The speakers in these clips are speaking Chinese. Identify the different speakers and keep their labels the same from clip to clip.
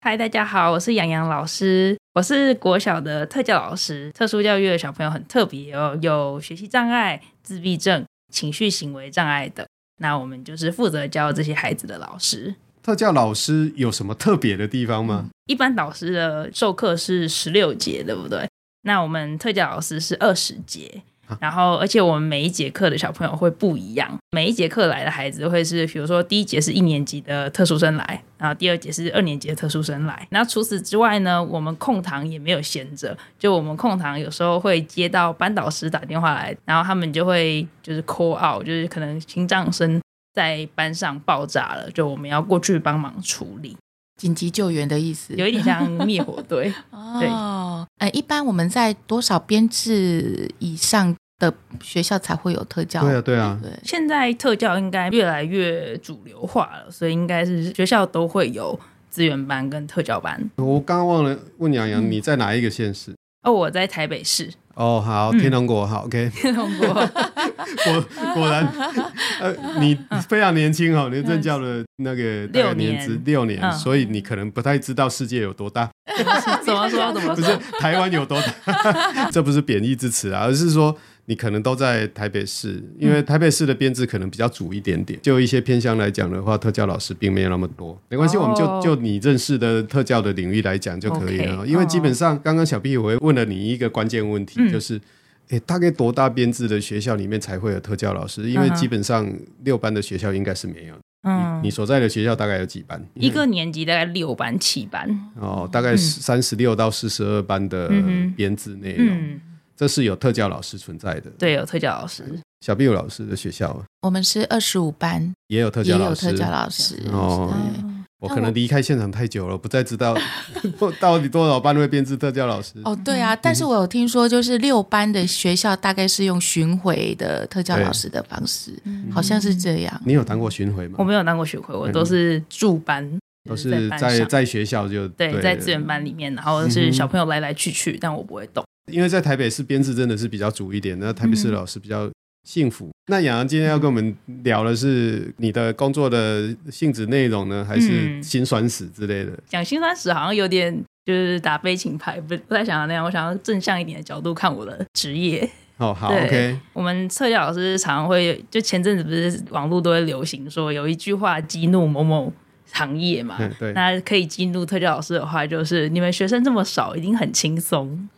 Speaker 1: 嗨，大家好，我是杨洋老师，我是国小的特教老师。特殊教育的小朋友很特别哦，有学习障碍、自闭症、情绪行为障碍的。那我们就是负责教这些孩子的老师。
Speaker 2: 特教老师有什么特别的地方吗？
Speaker 1: 嗯一般老师的授课是十六节，对不对？那我们特教老师是二十节
Speaker 2: 啊。
Speaker 1: 然后，而且我们每一节课的小朋友会不一样，每一节课来的孩子会是，比如说第一节是一年级的特殊生来，然后第二节是二年级的特殊生来。那除此之外呢，我们控堂也没有闲着，就我们控堂有时候会接到班导师打电话来，然后他们就会就是 call out，就是可能心脏声在班上爆炸了，就我们要过去帮忙处理，
Speaker 3: 紧急救援的意思
Speaker 1: 有一点像灭火队。对
Speaker 3: 哦。呃，一般我们在多少编制以上的学校才会有特
Speaker 4: 嗯
Speaker 3: 教？
Speaker 2: 对啊对啊
Speaker 3: 对不对
Speaker 1: 现在特教应该越来越主流化了，所以应该是学校都会有资源班跟特教班。
Speaker 2: 我刚刚忘了问杨洋，
Speaker 1: 嗯
Speaker 2: 你在哪一个县市？
Speaker 1: 哦，我在台北市，
Speaker 2: 哦，好，
Speaker 1: 嗯
Speaker 2: 天龙国，好，OK，
Speaker 1: 天龙国
Speaker 2: 果果 然，呃，你非常年轻哦，你任教了那个大概年资六年，
Speaker 1: 嗯
Speaker 2: 所以你可能不太知道世界有多大，
Speaker 1: 怎么说怎 么
Speaker 2: 不是
Speaker 1: 说？
Speaker 2: 台湾有多大， 这不是贬义之词啊，而是说你可能都在台北市，因为台北市的编制可能比较主一点点。就一些偏乡来讲的话，特教老师并没有那么多，没关系，
Speaker 1: 哦
Speaker 2: 我们就就你认识的特教的领域来讲就可以了哦，
Speaker 1: OK，
Speaker 2: 因为基本上刚刚小 B 我会问了你一个关键问题，
Speaker 1: 嗯
Speaker 2: 就是。诶，大概多大编制的学校里面才会有特教老师？因为
Speaker 1: 嗯哼
Speaker 2: 基本上六班的学校应该是没有的。
Speaker 1: 嗯
Speaker 2: 你你，所在的学校大概有几班？
Speaker 1: 一个年级大概六班七班，
Speaker 2: 哦，大概三十六到四十二班的
Speaker 1: 嗯哼
Speaker 2: 编制内容，
Speaker 1: 嗯，
Speaker 2: 这是有特教老师存在的。
Speaker 1: 对，有特教老师，
Speaker 2: 小 B 有老师的学校
Speaker 4: 我们是二十五班，
Speaker 2: 也有特
Speaker 4: 也
Speaker 2: 教
Speaker 4: 有
Speaker 2: 老师
Speaker 4: 特教老师。
Speaker 2: 哦。
Speaker 4: 对
Speaker 2: 我可能离开现场太久了，不再知道 到底多少班会编制特教老师。
Speaker 4: 哦，对
Speaker 3: 嗯
Speaker 4: 啊，但是我有听说，就是六班的学校大概是用巡回的特教老师的方式，
Speaker 3: 嗯
Speaker 4: 好像是这样。
Speaker 2: 你有当过巡回吗
Speaker 1: 我？没有当过学会，我都是驻班，
Speaker 2: 嗯都
Speaker 1: 就是班
Speaker 2: 在
Speaker 1: 上
Speaker 2: 在学校就
Speaker 1: 对，
Speaker 2: 了
Speaker 1: 在资源班里面，然后
Speaker 2: 嗯
Speaker 1: 是
Speaker 2: 哼
Speaker 1: 小朋友来来去去，但我不会动。
Speaker 2: 因为在台北市编制真的是比较主一点，那台北市的老师比较幸福。那雅阳今天要跟我们聊的是你的工作的性质内容呢，还是
Speaker 1: 嗯
Speaker 2: 辛酸史之类的？
Speaker 1: 讲辛酸史好像有点就是打悲情牌，不不太想要那样。我想要正向一点的角度看我的职业。
Speaker 2: 哦，好
Speaker 1: 对
Speaker 2: ，OK，
Speaker 1: 我们策教老师常常会，就前阵子不是网络都会流行说有一句话激怒某某行业嘛。
Speaker 2: 嗯，对，
Speaker 1: 那可以激怒特教老师的话，就是你们学生这么少，一定很轻松。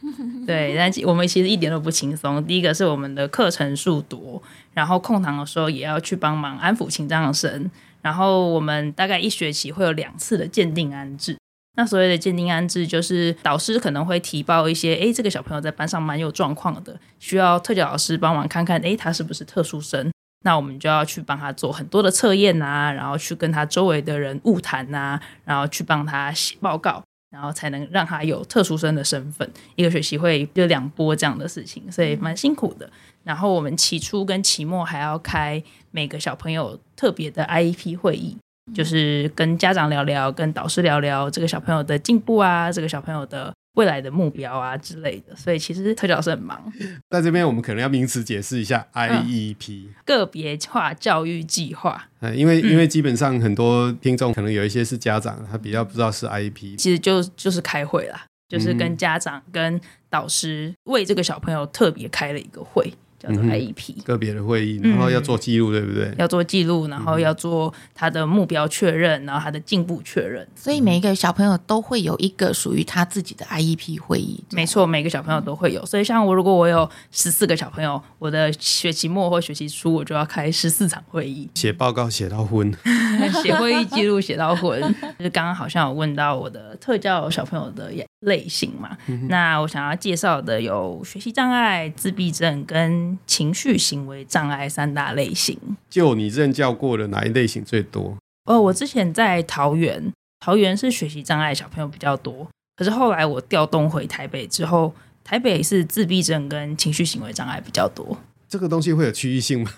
Speaker 1: 对，但其我们其实一点都不轻松。第一个是我们的课程数多，然后空堂的时候也要去帮忙安抚情障生，然后我们大概一学期会有两次的鉴定安置。那所谓的鉴定安置，就是导师可能会提报一些，诶，这个小朋友在班上蛮有状况的，需要特教老师帮忙看看，诶，他是不是特殊生？那我们就要去帮他做很多的测验啊，然后去跟他周围的人物谈啊，然后去帮他写报告，然后才能让他有特殊生的身份。一个学期会就两波这样的事情，所以蛮辛苦的。然后我们期初跟期末还要开每个小朋友特别的 IEP 会议，就是跟家长聊聊，跟导师聊聊这个小朋友的进步啊，这个小朋友的未来的目标啊之类的。所以其实特教老师很忙，
Speaker 2: 在这边我们可能要名词解释一下
Speaker 1: 嗯
Speaker 2: IEP。
Speaker 1: 个别化教育计划。
Speaker 2: 呃因
Speaker 1: 嗯
Speaker 2: 为因为基本上很多听众可能有一些是家长，他比较不知道是 E IEP，
Speaker 1: 其实就就是开会啦，就是
Speaker 2: 嗯
Speaker 1: 跟家长、跟导师为这个小朋友特别开了一个会，叫做
Speaker 2: 嗯哼
Speaker 1: IEP，、
Speaker 2: 个别的会议，
Speaker 1: 嗯
Speaker 2: 然后要做记录，对不对？
Speaker 1: 要做记录，
Speaker 2: 嗯
Speaker 1: 然后要做他的目标确认，然后他的进步确认。
Speaker 4: 所以每一个小朋友都会有一个属于他自己的 IEP 会议。
Speaker 1: 没错，每个小朋友都会有。所以像我，如果我有十四个小朋友，我的学期末或学期初，我就要开十四场会议。
Speaker 2: 写报告写到昏，
Speaker 1: 写会议记录写到混。 就是刚刚好像有问到我的特教小朋友的类型嘛，那我想要介绍的有学习障碍、自闭症跟情绪行为障碍三大类型。
Speaker 2: 就你任教过的哪一类型最多？
Speaker 1: 哦，我之前在桃园，桃园是学习障碍小朋友比较多，可是后来我调动回台北之后，台北是自闭症跟情绪行为障碍比较多。
Speaker 2: 这个东西会有区域性吗？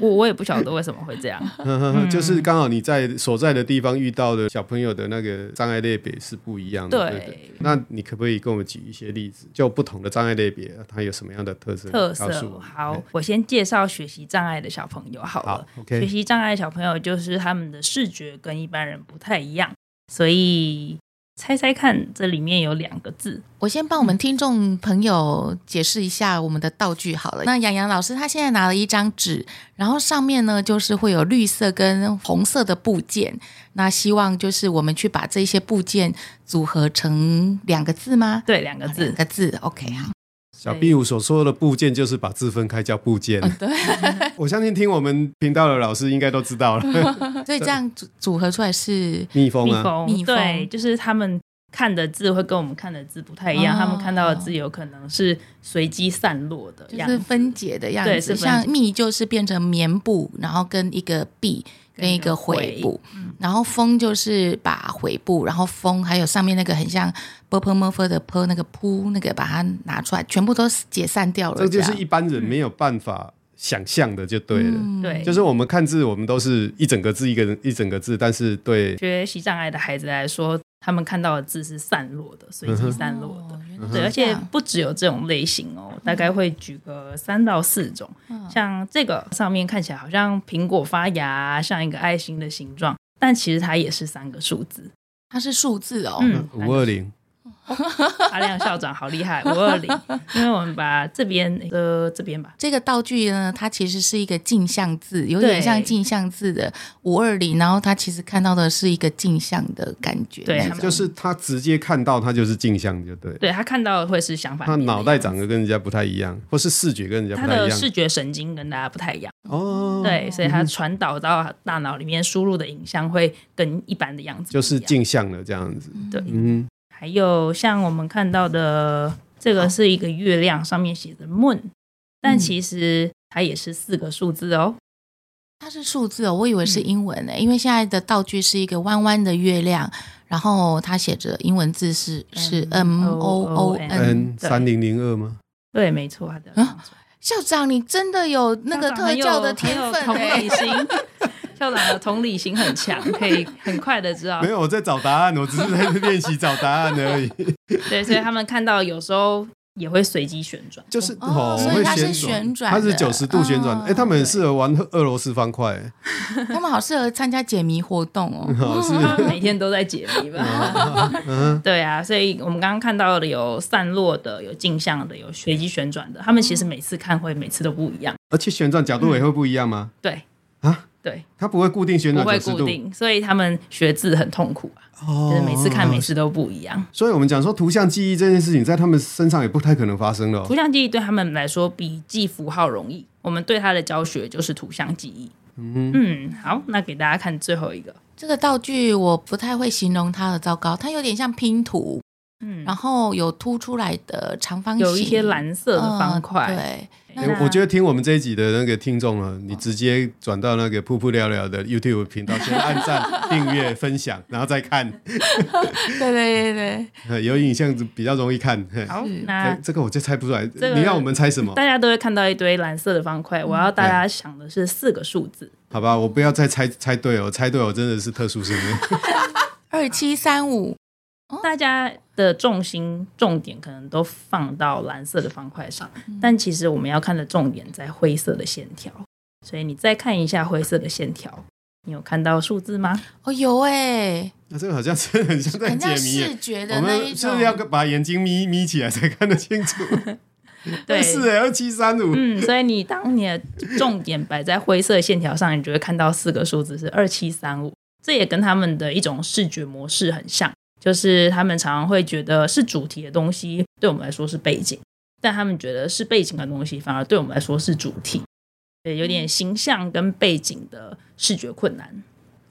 Speaker 1: 我我也不晓得为什么会这 样。嗯
Speaker 2: 就是刚好你在所在的地方遇到的小朋友的那个障碍类别是不一样的。
Speaker 1: 对
Speaker 2: 不那你可不可以跟我们举一些例子，就不同的障碍类别，它有什么样的特色？
Speaker 1: 特
Speaker 2: 告诉
Speaker 1: 色
Speaker 2: 我。
Speaker 1: 好，我先介绍学习障碍的小朋友好了。
Speaker 2: 好，OK
Speaker 1: 学习障碍小朋友就是他们的视觉跟一般人不太一样，所以猜猜看，这里面有两个字，
Speaker 4: 我先帮我
Speaker 1: 嗯
Speaker 4: 们听众朋友解释一下我们的道具好了。那杨洋老师他现在拿了一张纸，然后上面呢就是会有绿色跟红色的部件。那希望就是我们去把这些部件组合成两个字吗？
Speaker 1: 对，两个字
Speaker 4: 两。个字。OK，好。
Speaker 2: 小壁虎所说的部件就是把字分开叫部件。
Speaker 1: 哦嗯
Speaker 2: 对， 我相信听我们频道的老师应该都知道 了。
Speaker 4: 所以这样组组合出来是
Speaker 2: 蜜蜂
Speaker 1: 蜜
Speaker 2: 啊，
Speaker 1: 蜂，
Speaker 4: 蜜蜂
Speaker 1: 对，就是他们看的字会跟我们看的字不太一样，
Speaker 4: 哦
Speaker 1: 他们看到的字有可能是随机散落的
Speaker 4: 就
Speaker 1: 样
Speaker 4: 是
Speaker 1: 子，
Speaker 4: 分解的样
Speaker 1: 对是
Speaker 4: 子，
Speaker 1: 分解
Speaker 4: 像蜜就是变成棉布，然后跟一个臂跟一个回布，
Speaker 1: 嗯
Speaker 4: 然后风就是把回布，然后风还有上面那个很像 b u r p l e m u r p h 的 p 那个扑那个把它拿出来，全部都解散掉了
Speaker 2: 这
Speaker 4: 样，
Speaker 2: 就是一般人没有办法想象的，就对了。
Speaker 1: 嗯对，
Speaker 2: 嗯就是我们看字，我们都是一整个字一个人一整个字，但是对
Speaker 1: 学习障碍的孩子来说，他们看到的字是散落的，随
Speaker 2: 嗯
Speaker 1: 机散落的。
Speaker 4: 哦原来是
Speaker 1: 对，而
Speaker 4: 这
Speaker 1: 且
Speaker 4: 样
Speaker 1: 不只有这种类型哦，大概会举个三到四种。像这个上面看起来好像苹果发芽，像一个爱心的形状，但其实它也是三个数字。
Speaker 4: 它是数字哦，
Speaker 1: 嗯，
Speaker 2: 五二零
Speaker 1: 阿亮校长好厉害，五二零。因为我们把这边呃这边吧，
Speaker 4: 这个道具呢，它其实是一个镜像字，有点
Speaker 1: 对
Speaker 4: 像镜像字的五二零，然后它其实看到的是一个镜像的感觉，
Speaker 1: 对
Speaker 4: 那
Speaker 1: 他们
Speaker 2: 就是他直接看到他就是镜像，就对。
Speaker 1: 对他看到的会是相反
Speaker 2: 他
Speaker 1: 面的样
Speaker 2: 脑
Speaker 1: 子。
Speaker 2: 袋长得跟人家不太一样，或是视觉跟人家
Speaker 1: 他
Speaker 2: 不太
Speaker 1: 的
Speaker 2: 一
Speaker 1: 视
Speaker 2: 样。
Speaker 1: 觉神经跟大家不太一样。
Speaker 2: 哦，，
Speaker 1: 对，所以它传导到大脑里面输入的影像会跟一般的样子不一
Speaker 2: 就
Speaker 1: 样
Speaker 2: 是镜像了这样子。
Speaker 1: 对。
Speaker 2: 嗯，
Speaker 1: 还有像我们看到的这个是一个月亮，上面写着 moon，但
Speaker 4: 嗯
Speaker 1: 其实它也是四个数字哦。
Speaker 4: 它是数字哦，我以为
Speaker 1: 嗯
Speaker 4: 是英文呢、因为现在的道具是一个弯弯的月亮，然后它写着英文字是是 M O O N。
Speaker 2: 嗯，
Speaker 1: 对
Speaker 2: 三零零二吗？
Speaker 1: 对，没错，它的
Speaker 4: 啊校长，你真的有那个特教的天分
Speaker 1: 校长很
Speaker 4: 欸
Speaker 1: 有很有同理心。校长的同理心很强，可 以很快的知道
Speaker 2: 没。有，我在找答案，我只是在练习找答案而已。
Speaker 1: 对，所以他们看到有时候也会随机旋转。
Speaker 2: 就是
Speaker 4: 哦
Speaker 2: 哦，
Speaker 4: 所以
Speaker 2: 会
Speaker 4: 它是
Speaker 2: 旋
Speaker 4: 旋转
Speaker 2: 它是
Speaker 4: 的
Speaker 2: 九十度旋转。
Speaker 4: 哦
Speaker 2: 哎，他们很适合玩俄罗斯方块，
Speaker 4: 他们好适合参加解谜活动哦。
Speaker 2: 哦，是
Speaker 1: 他 们每天都在解谜 吧？
Speaker 2: 嗯
Speaker 1: 对啊，所以我们刚刚看到的有散落的，有镜像的，有随机旋转的。他们其实每次看会每次都不一样。
Speaker 2: 而且旋转角
Speaker 4: 嗯
Speaker 2: 度也会不一样吗？
Speaker 1: 对
Speaker 2: 啊，
Speaker 1: 对，
Speaker 2: 它不会固定旋
Speaker 1: 不
Speaker 2: 转
Speaker 1: 会
Speaker 2: 九十
Speaker 1: 固
Speaker 2: 度，
Speaker 1: 定，所以他们学字很痛苦啊，
Speaker 2: 哦
Speaker 1: 就是每次看每次都不一样。
Speaker 2: 所以我们讲说图像记忆这件事情，在他们身上也不太可能发生了
Speaker 1: 图
Speaker 2: 哦。
Speaker 1: 像记忆对他们来说比记符号容易，我们对它的教学就是图像记忆。嗯，好，那给大家看最后一个，
Speaker 4: 这个道具我不太会形容它的糟糕，它有点像拼图，
Speaker 1: 嗯，
Speaker 4: 然后有凸出来的长方形，
Speaker 1: 有一些蓝色的方块，
Speaker 4: 嗯对，
Speaker 2: 诶哎我觉得听我们这一集的那个听众啊，你直接转到那个噗噗聊聊的 YouTube 频道，先按 赞、订阅、分享，然后再看，
Speaker 4: 对对对对，
Speaker 2: 呃有影像比较容易看。嘿
Speaker 1: 好，
Speaker 4: 啊
Speaker 1: 那
Speaker 2: 这这个我就猜不出来，
Speaker 1: 个
Speaker 2: 你让我们猜什么？
Speaker 1: 大家都会看到一堆蓝色的方块，我
Speaker 2: 嗯
Speaker 1: 要大家想的是四个数字，
Speaker 2: 好吧，我不要再猜猜对哦，猜对我真的是特殊生命。
Speaker 4: 二七三五
Speaker 1: 大家的重心重点可能都放到蓝色的方块上，但其实我们要看的重点在灰色的线条，所以你再看一下灰色的线条，你有看到数字吗？
Speaker 4: 哦有哎，
Speaker 2: 那这个好像是很像在
Speaker 4: 很
Speaker 2: 解
Speaker 4: 像
Speaker 2: 谜
Speaker 4: 视
Speaker 2: 耶。
Speaker 4: 觉
Speaker 2: 我
Speaker 4: 的那一
Speaker 2: 们是
Speaker 4: 种，
Speaker 2: 不是要把眼睛眯眯起来才看得清楚？
Speaker 1: 对，
Speaker 2: 是哎，二七三 五，
Speaker 1: 嗯，所以你当你的重点摆在灰色线条上，你就会看到四个数字是二七三五。这也跟他们的一种视觉模式很像，就是他们常常会觉得是主题的东西对我们来说是背景，但他们觉得是背景的东西反而对我们来说是主题，对，有点形象跟背景的视觉困难。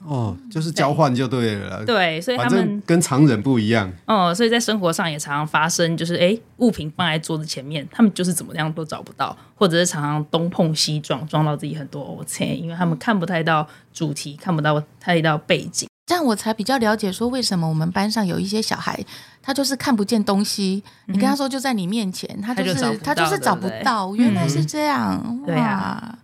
Speaker 2: 哦，就是交换就对了啦。
Speaker 1: 对，所以他
Speaker 2: 反
Speaker 1: 们
Speaker 2: 正跟常人不一样，
Speaker 1: 哦，所以在生活上也常常发生，就是诶物品放在桌子前面，他们就是怎么样都找不到，或者是常常东碰西撞，撞到自己很多 O C，因为他们看不太到主题，看不到太到背景。
Speaker 4: 这样我才比较了解说为什么我们班上有一些小孩，他就是看不见东西，你跟他说就在你面前，他就是
Speaker 1: 嗯他就找不到嗯
Speaker 4: 就是找不到，原来是这样，哇
Speaker 1: 对啊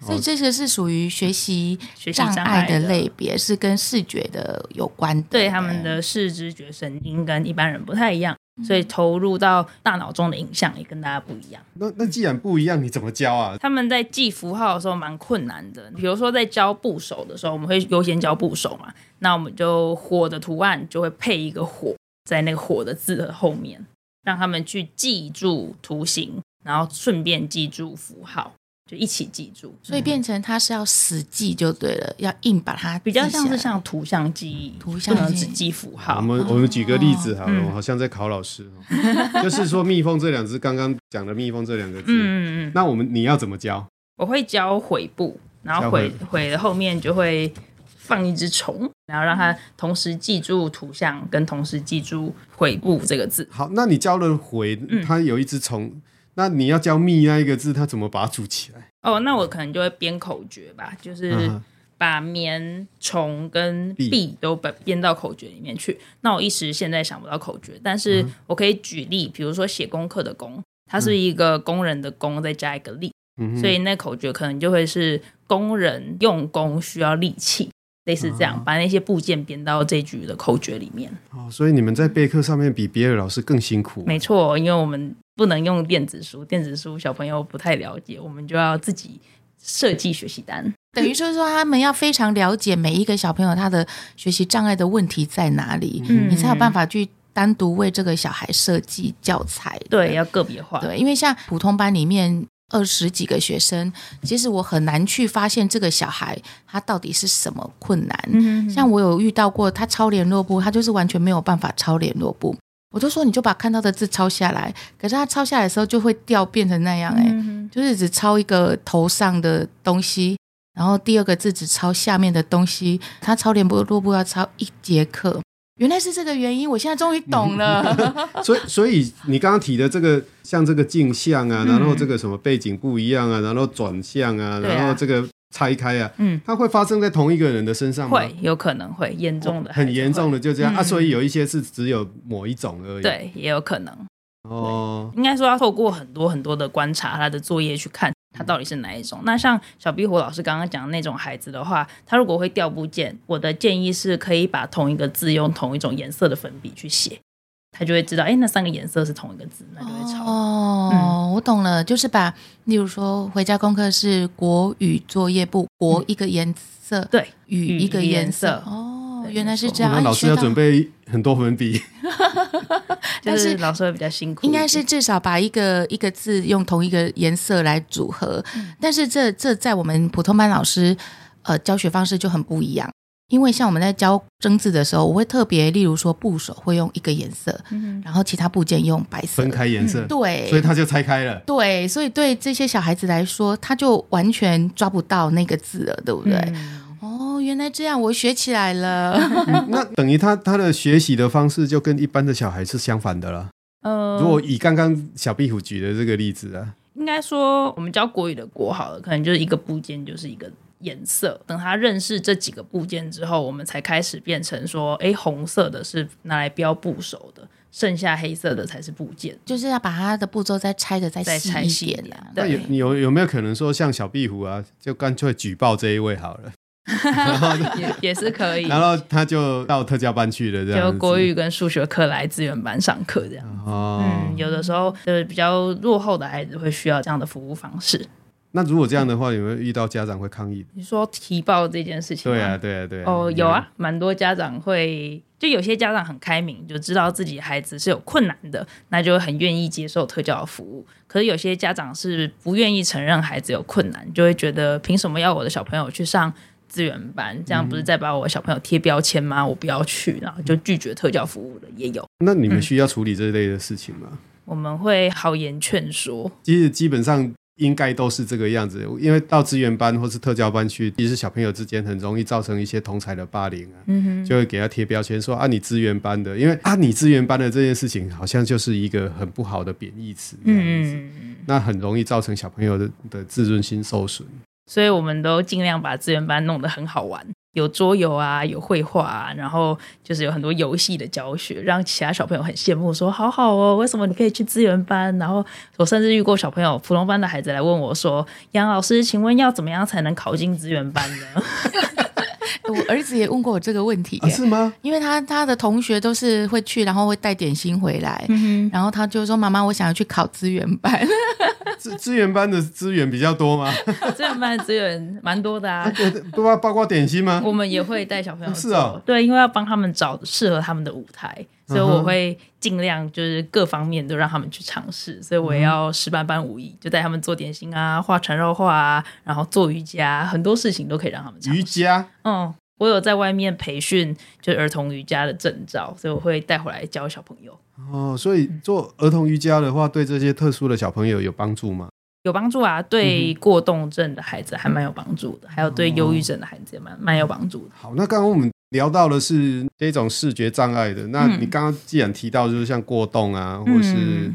Speaker 4: 所以这个是属于学习
Speaker 1: 学习
Speaker 4: 障
Speaker 1: 障
Speaker 4: 碍
Speaker 1: 碍
Speaker 4: 的
Speaker 1: 的
Speaker 4: 类别，是跟视觉的有关的。
Speaker 1: 对他们的视知觉神经跟一般人不太一样，所以投入到大脑中的影像也跟大家不一样。
Speaker 2: 那那既然不一样，你怎么教啊？
Speaker 1: 他们在记符号的时候蛮困难的，比如说在教部首的时候，我们会优先教部首嘛，那我们就火的图案就会配一个火在那个火的字的后面，让他们去记住图形，然后顺便记住符号，就一起记住。
Speaker 4: 所以变成他是要死记就对了，要硬把它
Speaker 1: 比较
Speaker 4: 记下
Speaker 1: 像是
Speaker 4: 来
Speaker 1: 像图像记忆，
Speaker 4: 图像
Speaker 1: 不能
Speaker 4: 记忆
Speaker 1: 只记符
Speaker 2: 我
Speaker 1: 号。
Speaker 2: 们我们举个例子好了，
Speaker 1: 嗯
Speaker 2: 我好像在考老师哦，就是说蜜蜂这两只，刚刚讲的蜜蜂这两个字，
Speaker 1: 嗯嗯嗯，
Speaker 2: 那我们你要怎么教？
Speaker 1: 我会教悔部，然后
Speaker 2: 教
Speaker 1: 悔
Speaker 2: 悔
Speaker 1: 悔的后面就会放一只虫，然后让它同时记住图像，跟同时记住悔部这个字。
Speaker 2: 好，那你教了回
Speaker 1: 嗯，
Speaker 2: 它有一只虫，那你要教蜜那一个字，它怎么把它组起来？
Speaker 1: 哦，那我可能就会编口诀吧，就是
Speaker 2: 嗯
Speaker 1: 把棉、虫跟
Speaker 2: 匕
Speaker 1: 匕都把编到口诀里面去。那我一时现在想不到口诀，但
Speaker 2: 嗯
Speaker 1: 是我可以举例，比如说写功课的功，它是一个工人的工，再加一个力，
Speaker 2: 嗯哼
Speaker 1: 所以那口诀可能就会是工人用功需要力气。类似这样，
Speaker 2: 啊
Speaker 1: 把那些部件编到这句的口诀里面。
Speaker 2: 哦，所以你们在备课上面比别的老师更辛苦。
Speaker 1: 没错，因为我们不能用电子书，电子书小朋友不太了解，我们就要自己设计学习单。
Speaker 4: 等于就是说，他们要非常了解每一个小朋友他的学习障碍的问题在哪里，
Speaker 1: 嗯
Speaker 4: 你才有办法去单独为这个小孩设计教材。
Speaker 1: 对，要个别化。
Speaker 4: 对，因为像普通班里面。二十几个学生，其实我很难去发现这个小孩他到底是什么困难。
Speaker 1: 嗯，
Speaker 4: 像我有遇到过，他抄联络簿，他就是完全没有办法抄联络簿。我就说你就把看到的字抄下来，可是他抄下来的时候就会掉变成那样、欸，哎、
Speaker 1: 嗯
Speaker 4: 就是只抄一个头上的东西，然后第二个字只抄下面的东西。他抄脸部落部要抄一节课，原来是这个原因，我现在终于懂
Speaker 1: 哦
Speaker 4: 了。
Speaker 2: 所以，所以你刚刚提的这个，像这个镜像
Speaker 1: 嗯
Speaker 2: 啊，然后这个什么背景不一样啊，然后转向啊，
Speaker 1: 对啊
Speaker 2: 然后这个拆开啊，
Speaker 1: 嗯，
Speaker 2: 它会发生在同一个人的身上吗？哦
Speaker 1: 会有可能会严重的，
Speaker 2: 很严重
Speaker 1: 的，
Speaker 2: 的就这样、
Speaker 1: 嗯
Speaker 2: 啊，所以有一些是只有某一种而已。，
Speaker 1: 对，也有可能。
Speaker 2: 哦，
Speaker 1: 应该说要透过很多很多的观察他的作业去看。他到底是哪一种？那像小壁虎老师刚刚讲的那种孩子的话，他如果会掉部件，我的建议是可以把同一个字用同一种颜色的粉笔去写，他就会知道，哎、那三个颜色是同一个字，那就会抄。
Speaker 4: 哦，我懂了，就是把，例如说回家功课是国语作业簿，国一个颜色，
Speaker 1: 对，
Speaker 4: 嗯语一个颜色。
Speaker 1: 语一个颜色
Speaker 4: 哦，
Speaker 1: 对
Speaker 4: 原来是
Speaker 1: 没错
Speaker 4: 这样，
Speaker 2: 那
Speaker 4: 啊
Speaker 2: 老师要准。
Speaker 4: 你学到
Speaker 2: 备很多粉笔，
Speaker 1: 就
Speaker 4: 但是
Speaker 1: 是老师会比较辛苦一
Speaker 4: 应
Speaker 1: 点，
Speaker 4: 该是至少把一个一个字用同一个颜色来组合，
Speaker 1: 嗯
Speaker 4: 但是这这在我们普通班老师呃教学方式就很不一样，因为像我们在教生字的时候，我会特别，例如说部首会用一个颜色，
Speaker 1: 嗯
Speaker 4: 然后其他部件用白色
Speaker 2: 分，开颜色，
Speaker 4: 嗯对，
Speaker 2: 所以它就拆开了。
Speaker 4: 对，所以对这些小孩子来说，他就完全抓不到那个字了，对不
Speaker 1: 哼，
Speaker 4: 对？
Speaker 1: 嗯
Speaker 4: 哦，原来这样，我学起来 了。
Speaker 2: 嗯那等于他他的学习的方式就跟一般的小孩是相反的了。
Speaker 1: 呃，
Speaker 2: 如果以刚刚小壁虎举的这个例子啊，
Speaker 1: 应该说，我们教国语的国好了，可能就是一个部件就是一个颜色。等他认识这几个部件之后，我们才开始变成说，诶，红色的是拿来标部首的，剩下黑色的才是部 件。
Speaker 4: 就是要把他的步骤再拆的再
Speaker 1: 再
Speaker 4: 细
Speaker 1: 拆
Speaker 4: 一
Speaker 1: 细一
Speaker 4: 点
Speaker 1: 点
Speaker 4: 啊。
Speaker 2: 那有
Speaker 1: 对
Speaker 2: 有有没有可能说像小壁虎啊，就干脆举报这一位好了，
Speaker 1: 也也是可以。
Speaker 2: 然后他就到特教班去了，这样
Speaker 1: 就
Speaker 2: 子
Speaker 1: 国语跟数学课来资源班上课这样。
Speaker 2: 哦。
Speaker 1: 嗯，有的时候就是比较落后的孩子会需要这样的服务方式。
Speaker 2: 那如果这样的话，有没有遇到家长会抗议？
Speaker 1: 你说提报这件事情吗，
Speaker 2: 对啊，对啊，对啊。
Speaker 1: 啊哦，有啊，蛮多家长会，就有些家长很开明，就知道自己孩子是有困难的，那就很愿意接受特教的服务。可是有些家长是不愿意承认孩子有困难，就会觉得凭什么要我的小朋友去上资源班？这样不是在把我的小朋友贴标签吗？我不要去，然后就拒绝特教服务的也有。
Speaker 2: 那你们需要处理这类的事情吗？
Speaker 1: 我们会好言劝说，
Speaker 2: 其实基本上应该都是这个样子，因为到资源班或是特教班去，其实小朋友之间很容易造成一些同才的霸凌啊，
Speaker 1: 嗯
Speaker 2: 就会给他贴标签说啊你资源班的，因为啊你资源班的这件事情好像就是一个很不好的贬义词，嗯，
Speaker 1: 嗯，
Speaker 2: 那很容易造成小朋友的的自尊心受损。
Speaker 1: 所以我们都尽量把资源班弄得很好玩，有桌游啊，有绘画啊，然后就是有很多游戏的教学，让其他小朋友很羡慕说好好哦，为什么你可以去资源班？然后我甚至遇过小朋友普通班的孩子来问我说，杨老师，请问要怎么样才能考进资源班呢？
Speaker 4: 我儿子也问过我这个问题、
Speaker 2: 啊，
Speaker 4: 耶
Speaker 2: 是吗？
Speaker 4: 因为他他的同学都是会去，然后会带点心回来，
Speaker 1: 嗯
Speaker 4: 然后他就说：“妈妈，我想要去考资源班。
Speaker 2: 资 资源班的资源比较多吗？
Speaker 1: 资源班的资源蛮多的啊。
Speaker 2: 包包括点心吗？
Speaker 1: 我们也会带小朋友
Speaker 2: 是
Speaker 1: 做
Speaker 2: 哦
Speaker 1: 对，因为要帮他们找适合他们的舞台，所以
Speaker 2: 嗯哼
Speaker 1: 我会尽量就是各方面都让他们去尝试，所以我也要十八般武艺，就带他们做点心啊、画缠绕画啊，然后做瑜伽，很多事情都可以让他们尝
Speaker 2: 瑜
Speaker 1: 试。
Speaker 2: 伽
Speaker 1: 嗯，我有在外面培训就是儿童瑜伽的证照，所以我会带回来教小朋友，
Speaker 2: 哦，所以做儿童瑜伽的话，对这些特殊的小朋友有帮助吗？
Speaker 1: 有帮助啊，
Speaker 2: 嗯
Speaker 1: 对过动症的孩子还蛮有帮助的，还有对忧郁症的孩子也蛮蛮有帮助的。
Speaker 2: 好，那刚刚我们聊到的是这种视觉障碍的，那
Speaker 1: 嗯
Speaker 2: 你刚刚既然提到就是像过动啊，
Speaker 1: 嗯
Speaker 2: 或是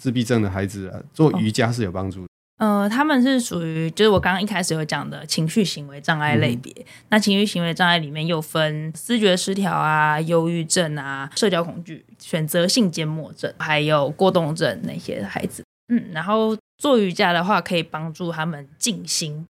Speaker 2: 自闭症的孩子啊，做瑜伽是有帮助的。
Speaker 1: 呃，他们是属于就是我刚刚一开始有讲的情绪行为障碍类
Speaker 2: 嗯
Speaker 1: 别。那情绪行为障碍里面又分思觉失调啊、忧郁症啊、社交恐惧、选择性缄默症，还有过动症那些孩子。嗯，然后做瑜伽的话，可以帮助他们静心，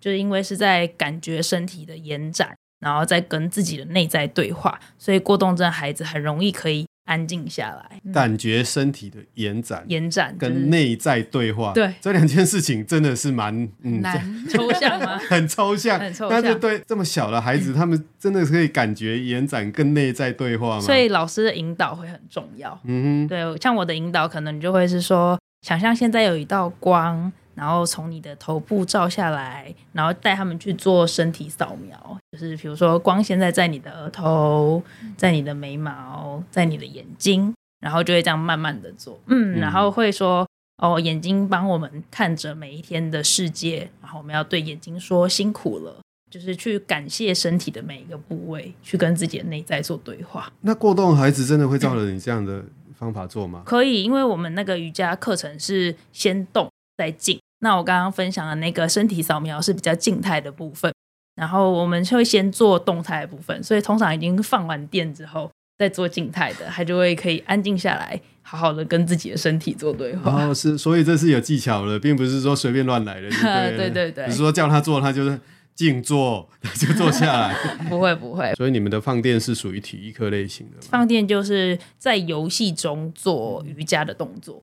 Speaker 1: 就是因为是在感觉身体的延展，然后再跟自己的内在对话，所以过动症孩子很容易可以安静下来，嗯
Speaker 2: 感觉身体的延展
Speaker 1: 延展就是
Speaker 2: 跟内在对话，
Speaker 1: 对
Speaker 2: 这两件事情真的是蛮嗯
Speaker 4: 难，
Speaker 1: 抽象吗？
Speaker 2: 很抽象，
Speaker 1: 很抽象嗯
Speaker 2: 但是对这么小的孩子，他们真的可以感觉延展跟内在对话吗？
Speaker 1: 所，以老师的引导会很重要。
Speaker 2: 嗯哼，
Speaker 1: 对，像我的引导，可能就会是说，想象现在有一道光，然后从你的头部照下来，然后带他们去做身体扫描，就是比如说光现在在你的额头，在你的眉毛，在你的眼睛，然后就会这样慢慢的做，嗯，
Speaker 2: 嗯
Speaker 1: 然后会说。哦，眼睛帮我们看着每一天的世界，然后我们要对眼睛说辛苦了，就是去感谢身体的每一个部位，去跟自己的内在做对话。
Speaker 2: 那过动的孩子真的会照着你这样的方法做 吗？
Speaker 1: 可以，因为我们那个瑜伽课程是先动再静。那我刚刚分享的那个身体扫描是比较静态的部分，然后我们会先做动态的部分，所以通常已经放完电之后再做静态的，它就会可以安静下来，好好的跟自己的身体做对话。
Speaker 2: 哦，是，所以这是有技巧的，并不是说随便乱来的。就对了
Speaker 1: 对对对
Speaker 2: 不是说叫他做，他就是静坐，他就坐下 来。
Speaker 1: 不会不会，
Speaker 2: 所以你们的放电是属于体育课类型的吗？
Speaker 1: 放电就是在游戏中做瑜伽的动作，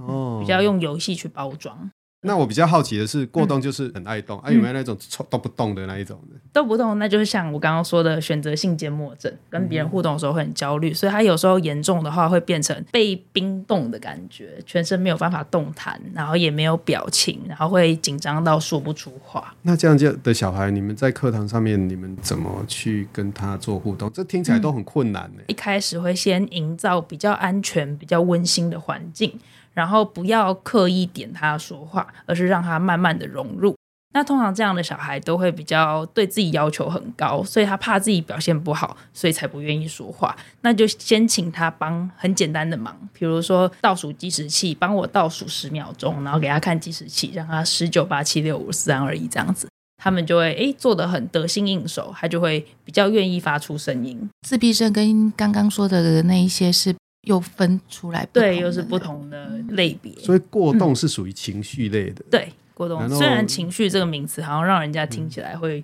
Speaker 2: 哦，
Speaker 1: 比较。用游嗯戏去包装。
Speaker 2: 那我比较好奇的是，过动就是很爱动，啊，有没有那种抽动不动的那一种的？
Speaker 1: 都不动，那就是像我刚刚说的选择性缄默症，跟别人互动的时候会很焦虑，所以他有时候严重的话会变成被冰冻的感觉，全身没有办法动弹，然后也没有表情，然后会紧张到说不出话。
Speaker 2: 那这样就的小孩，你们在课堂上面，你们怎么去跟他做互动？这听起来都很困难呢、
Speaker 1: 一开始会先营造比较安全、比较温馨的环境，然后不要刻意点他说话，而是让他慢慢的融入。那通常这样的小孩都会比较对自己要求很高，所以他怕自己表现不好，所以才不愿意说话。那就先请他帮很简单的忙，比如说倒数计时器，帮我倒数十秒钟，然后给他看计时器，让他十九八七六五四三二一这样子，他们就会诶做的很得心应手，他就会比较愿意发出声音。
Speaker 4: 自闭症跟刚刚说的那一些是又分出来，
Speaker 1: 对，又是不。同的类别。
Speaker 2: 所以过动是属于情绪类的。
Speaker 1: 对，郭董
Speaker 2: 然，后
Speaker 1: 虽然情绪这个名词好像让人家听起来会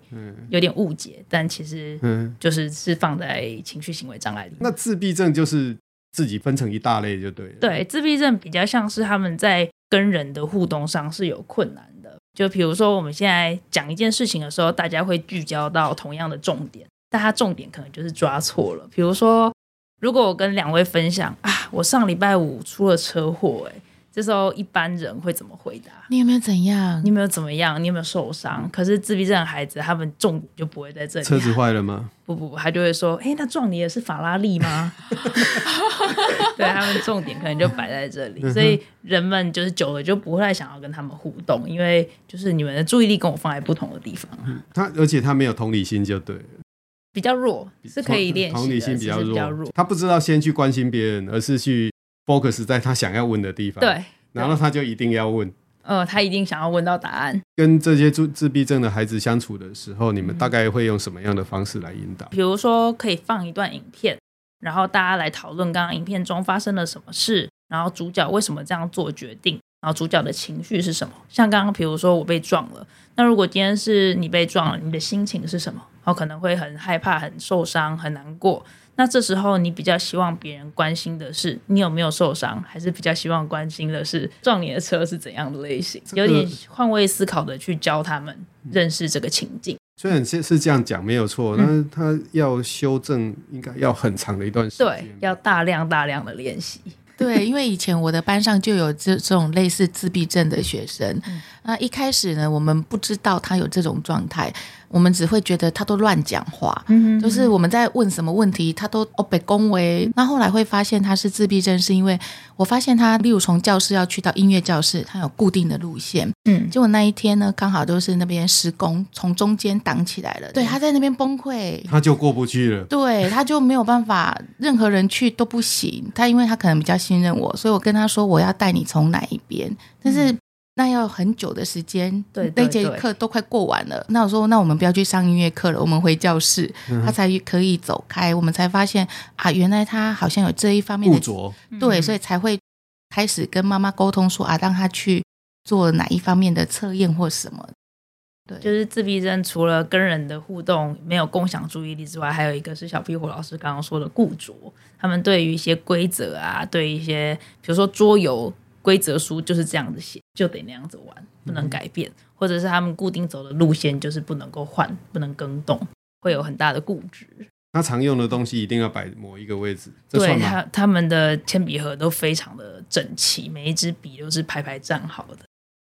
Speaker 1: 有点误解，但其实
Speaker 2: 嗯，
Speaker 1: 就是是放在情绪行为障碍里面。
Speaker 2: 那自闭症就是自己分成一大类就对了。，
Speaker 1: 对，自闭症比较像是他们在跟人的互动上是有困难的。就比如说我们现在讲一件事情的时候，大家会聚焦到同样的重点，但他重点可能就是抓错了。比如说，如果我跟两位分享啊，我上礼拜五出了车祸、欸，这时候一般人会怎么回答？
Speaker 4: 你有没有怎样
Speaker 1: 你？有没有怎么样？你有没有受伤？可是自闭症的孩子，他们重点就不会在这里。啊
Speaker 2: 车子坏了吗？
Speaker 1: 不不不，他就会说：“哎、那撞你也是法拉利吗？” 对他们重点可能就摆在这
Speaker 2: 嗯
Speaker 1: 里，所以人们就是久了就不太想要跟他们互动，因为就是你们的注意力跟我放在不同的地方，
Speaker 2: 他而且他没有同理心就对了，
Speaker 1: 比较弱，是可以练习的，
Speaker 2: 同理心比
Speaker 1: 只
Speaker 2: 较
Speaker 1: 是
Speaker 2: 弱，
Speaker 1: 比较弱，
Speaker 2: 他不知道先去关心别人，而是去 focus 在他想要问的地方，，
Speaker 1: 对，
Speaker 2: 然后他就一定要问。
Speaker 1: 呃，他一定想要问到答案。
Speaker 2: 跟这些自自闭症的孩子相处的时候，你们大概会用什么样的方式来引导？
Speaker 1: 比如说可以放一段影片，然后大家来讨论刚刚影片中发生了什么事，然后主角为什么这样做决定，然后主角的情绪是什么。像刚刚比如说我被撞了，那如果今天是你被撞了，你的心情是什么？然后可能会很害怕、很受伤、很难过。那这时候你比较希望别人关心的是你有没有受伤，还是比较希望关心的是撞你的车是怎样的类型？
Speaker 2: 这
Speaker 1: 有
Speaker 2: 个
Speaker 1: 点换位思考的去教他们认识这个情境。
Speaker 2: 虽然是是这样讲没有
Speaker 1: 嗯
Speaker 2: 错，但是他要修正应该要很长的一段时间。
Speaker 1: 对，要大量大量的练习。
Speaker 4: 对，因为以前我的班上就有这这种类似自闭症的学生，
Speaker 1: 嗯
Speaker 4: 那一开始呢，我们不知道他有这种状态，我们只会觉得他都乱讲话，
Speaker 2: 嗯
Speaker 4: 就是我们在问什么问题，他都哦被恭维。那后来会发现他是自闭症，是因为我发现他，例如从教室要去到音乐教室，他有固定的路线，
Speaker 1: 嗯，
Speaker 4: 结果那一天呢，刚好都是那边施工，从中间挡起来了，对，他在那边崩溃，
Speaker 2: 他就过不去了。
Speaker 4: 对，他就没有办法，任何人去都不行。他因为他可能比较信任我，所以我跟他说我要带你从哪一边，但是那要很久的时间，
Speaker 1: 对对
Speaker 4: 那节
Speaker 1: 对
Speaker 4: 课都快过完了。那我说那我们不要去上音乐课了，我们回教室，他才可以走开。我们才发现啊，原来他好像有这一方面
Speaker 2: 固
Speaker 4: 的
Speaker 2: 着，
Speaker 4: 对，所以才会开始跟妈妈沟通说啊，让他去做哪一方面的测验或什么。对，
Speaker 1: 就是自闭症除了跟人的互动没有共享注意力之外，还有一个是小屁股老师刚刚说的固着。他们对于一些规则啊，对一些比如说桌游规则书就是这样子写，就得那样子玩，不能改
Speaker 2: 嗯
Speaker 1: 变，或者是他们固定走的路线就是不能够换，不能更动，会有很大的固执。
Speaker 2: 他常用的东西一定要摆某一个位置，这
Speaker 1: 对
Speaker 2: 算吗？啊
Speaker 1: 他他们的铅笔盒都非常的整齐，每一支笔都是排排站好的。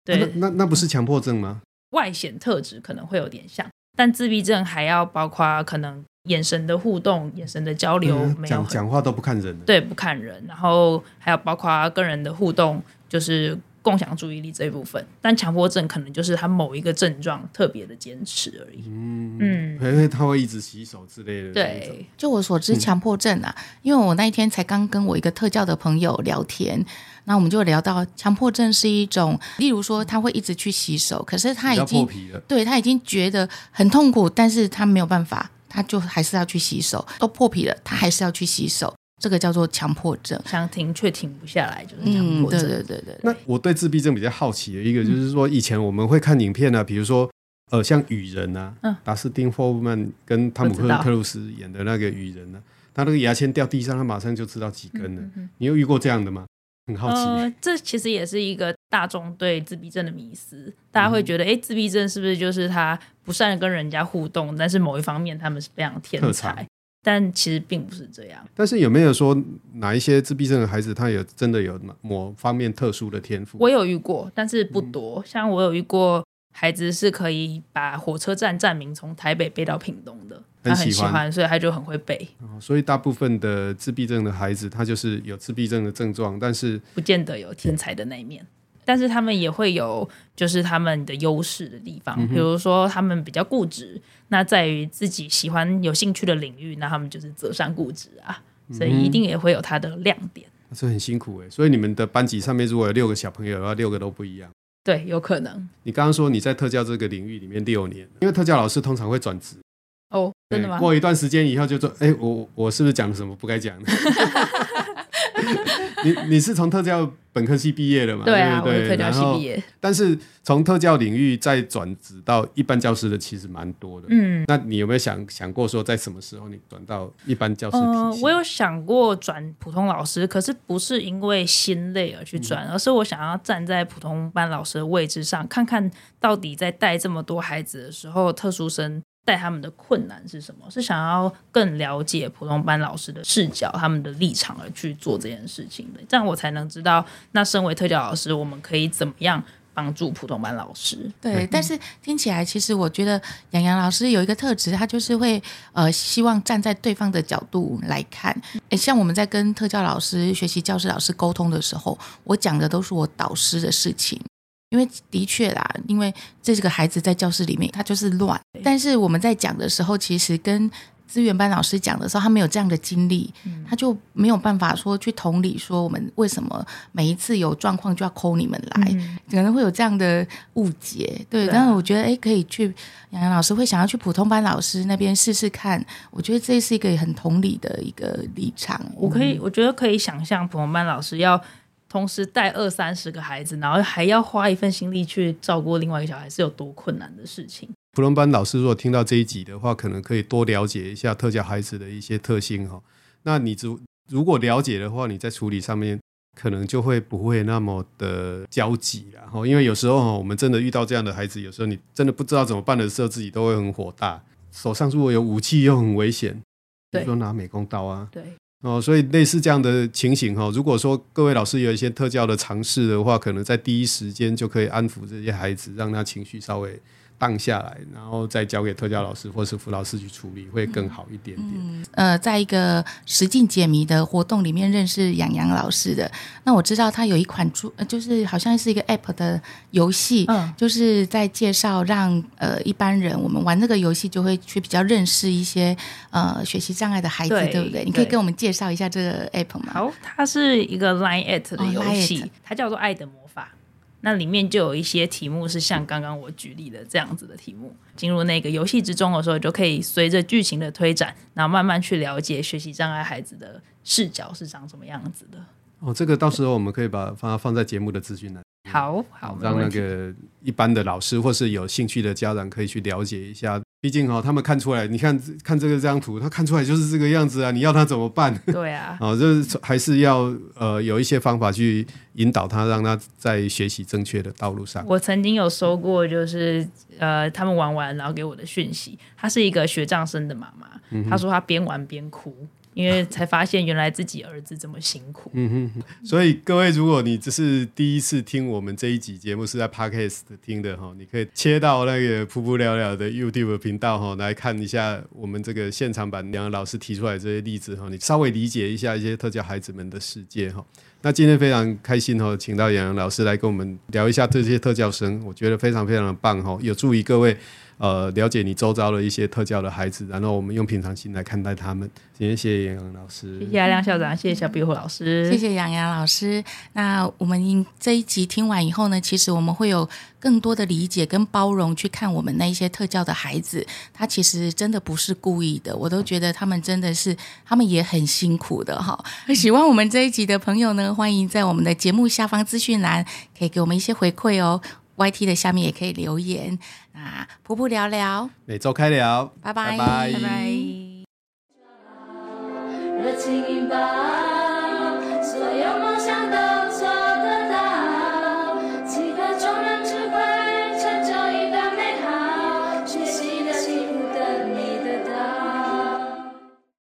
Speaker 1: 对，
Speaker 2: 啊那那那不是强迫症吗？
Speaker 1: 外显特质可能会有点像，但自闭症还要包括可能眼神的互动、眼神的交流
Speaker 2: 嗯
Speaker 1: 没有
Speaker 2: 讲
Speaker 1: 很
Speaker 2: 讲话都不看人了。
Speaker 1: 对不看人，然后还有包括跟人的互动，就是共享注意力这一部分。但强迫症可能就是他某一个症状特别的坚持而已。
Speaker 2: 嗯
Speaker 1: 嗯
Speaker 2: 因为他会一直洗手之类的。，
Speaker 1: 对，
Speaker 4: 就我所
Speaker 2: 嗯
Speaker 4: 知，强迫症啊，因为我那一天才刚跟我一个特教的朋友聊天，那我们就聊到强迫症是一种，例如说他会一直去洗手，可是他
Speaker 2: 比
Speaker 4: 已
Speaker 2: 较破
Speaker 4: 经
Speaker 2: 皮了。
Speaker 4: 对他已经觉得很痛苦，但是他没有办法，他就还是要去洗手，都破皮了，他还是要去洗手，这个叫做强迫症。
Speaker 1: 想停却停不下来，就是强
Speaker 4: 嗯，
Speaker 1: 迫
Speaker 4: 对
Speaker 1: 症。
Speaker 4: 对对对，
Speaker 2: 那我对自闭症比较好奇的一个
Speaker 1: 嗯
Speaker 2: 就是说，以前我们会看影片啊，比如说呃，像《雨人》啊，
Speaker 1: 嗯
Speaker 2: 达斯汀·霍夫曼跟汤姆
Speaker 1: 我知道
Speaker 2: 克克鲁斯演的那个《雨人》啊，他那个牙签掉地上，他马上就知道几根了。
Speaker 1: 嗯
Speaker 2: 你有遇过这样的吗？很好奇。
Speaker 1: 呃，这其实也是一个大众对自闭症的迷思，大家会
Speaker 2: 嗯
Speaker 1: 觉得，哎、自闭症是不是就是他不善跟人家互动，但是某一方面他们是非常天
Speaker 2: 特
Speaker 1: 才
Speaker 2: 长，
Speaker 1: 但其实并不是这样。
Speaker 2: 但是有没有说哪一些自闭症的孩子，他有真的有某某方面特殊的天赋？
Speaker 1: 我有遇过，但是
Speaker 2: 嗯
Speaker 1: 不多。像我有遇过孩子是可以把火车站站名从台北背到屏东的，他
Speaker 2: 很
Speaker 1: 很
Speaker 2: 喜
Speaker 1: 喜
Speaker 2: 欢
Speaker 1: 欢，所以他就很会背，
Speaker 2: 哦所以大部分的自闭症的孩子，他就是有自闭症的症状，但是
Speaker 1: 不见得有天才的那一面。但是他们也会有，就是他们的优势的地
Speaker 2: 嗯
Speaker 1: 方，比如说他们比较固执，那在于自己喜欢有兴趣的领域，那他们就是择善固执啊，
Speaker 2: 嗯
Speaker 1: 所以一定也会有他的亮点。
Speaker 2: 这很辛苦哎。所以你们的班级上面如果有六个小朋友的话，六个都不一样。
Speaker 1: 对，有可能
Speaker 2: 你刚刚说你在特教这个领域里面六年，因为特教老师通常会转职，
Speaker 1: 哦，真的吗
Speaker 2: 对？过一段时间以后就说，哎，我我是不是讲了什么不该讲的？ 你你是从特教本科系毕业的嘛？
Speaker 1: 对
Speaker 2: 对
Speaker 1: 啊，我
Speaker 2: 不
Speaker 1: 是特
Speaker 2: 对
Speaker 1: 教系
Speaker 2: 然后
Speaker 1: 毕业，
Speaker 2: 但是从特教领域再转职到一般教师的其实蛮多的。
Speaker 1: 嗯，
Speaker 2: 那你有没有想想过说，在什么时候你转到一般教师
Speaker 1: 嗯，
Speaker 2: 体系？
Speaker 1: 我有想过转普通老师，可是不是因为心累而去
Speaker 2: 嗯
Speaker 1: 转，而是我想要站在普通班老师的位置上，看看到底在带这么多孩子的时候，特殊生带他们的困难是什么？是想要更了解普通班老师的视角、他们的立场而去做这件事情的，这样我才能知道，那身为特教老师，我们可以怎么样帮助普通班老师。
Speaker 4: 对，但是听起来，其实我觉得杨洋老师有一个特质，他就是会呃，希望站在对方的角度来看。诶，像我们在跟特教老师、学习教师老师沟通的时候，我讲的都是我导师的事情。因为的确啦，因为这个孩子在教室里面他就是乱，但是我们在讲的时候，其实跟资源班老师讲的时候，他没有这样的经历，
Speaker 1: 嗯
Speaker 4: 他就没有办法说去同理说我们为什么每一次有状况就要抠你们来，可能会有这样的误解。对，
Speaker 1: 嗯对啊
Speaker 4: 但是我觉得诶，可以去杨洋老师会想要去普通班老师那边试试看，我觉得这是一个很同理的一个立场。
Speaker 1: 我可
Speaker 4: 嗯
Speaker 1: 以，我觉得可以想象普通班老师要同时带二三十个孩子，然后还要花一份心力去照顾另外一个小孩，是有多困难的事情。
Speaker 2: 普通班老师如果听到这一集的话，可能可以多了解一下特教孩子的一些特性哈。那你如如果了解的话，你在处理上面可能就会不会那么的焦急然后因为有时候哦我们真的遇到这样的孩子，有时候你真的不知道怎么办的时候，自己都会很火大，手上如果有武器又很危险，比
Speaker 1: 对
Speaker 2: 如说拿美工刀啊，
Speaker 1: 对，
Speaker 2: 哦，所以类似这样的情形哈、哦，如果说各位老师有一些特教的尝试的话，可能在第一时间就可以安抚这些孩子，让他情绪稍微荡下来，然后再交给特教老师或是辅导师去处理，会
Speaker 1: 嗯
Speaker 2: 更好一点点。
Speaker 4: 呃，在一个实境解谜的活动里面认识养洋老师的。那我知道他有一款出，呃就是好像是一个 app 的游戏，
Speaker 1: 嗯
Speaker 4: 就是在介绍让呃一般人我们玩这个游戏就会去比较认识一些呃学习障碍的孩子，
Speaker 1: 对
Speaker 4: 对不对？你可以
Speaker 1: 对
Speaker 4: 给我们介绍一下这个 app 吗？
Speaker 1: 好，它是一个 Line at 的
Speaker 4: 哦
Speaker 1: 游
Speaker 4: Line
Speaker 1: 戏，
Speaker 4: at
Speaker 1: 它叫做《爱的魔法》。那里面就有一些题目是像刚刚我举例的这样子的题目。进入那个游戏之中的时候，你就可以随着剧情的推展，然后慢慢去了解学习障碍孩子的视角是长什么样子的。
Speaker 2: 哦，这个到时候我们可以把它放在节目的资讯栏，
Speaker 1: 好好，没
Speaker 2: 让那
Speaker 1: 问题。
Speaker 2: 个一般的老师或是有兴趣的家长可以去了解一下。毕竟哦，他们看出来，你看看这个这张图，他看出来就是这个样子啊，你要他怎么办？
Speaker 1: 对啊，
Speaker 2: 哦，就是还是要呃有一些方法去引导他，让他在学习正确的道路上。
Speaker 1: 我曾经有收过，就是呃，他们玩完然后给我的讯息，她是一个学障生的妈妈，她说她边玩边哭，因为才发现原来自己儿子这么辛苦。
Speaker 2: 所以各位，如果你只是第一次听我们这一集节目是在 Podcast 听的哈，你可以切到那个噗噗聊聊的 YouTube 频道哈，来看一下我们这个现场版梁老师提出来这些例子哈，你稍微理解一下一些特教孩子们的世界哈。那今天非常开心哦，请到杨洋老师来跟我们聊一下这些特教生，我觉得非常非常的棒哦，有助于各位呃了解你周遭的一些特教的孩子，然后我们用平常心来看待他们。今天谢谢杨洋老师，
Speaker 1: 谢谢阿亮校长，谢谢小壁虎老师，
Speaker 4: 谢。谢杨洋老师。那我们这一集听完以后呢，其实我们会有更多的理解跟包容去看我们那一些特教的孩子，他其实真的不是故意的，我都觉得他们真的是，他们也很辛苦的 哈。喜欢我们这一集的朋友呢，欢迎在我们的节目下方资讯栏可以给我们一些回馈哦。YT 的下面也可以留言啊，那噗噗聊聊，
Speaker 2: 每周开聊，
Speaker 4: 拜拜
Speaker 2: 拜拜
Speaker 5: 热情引爆，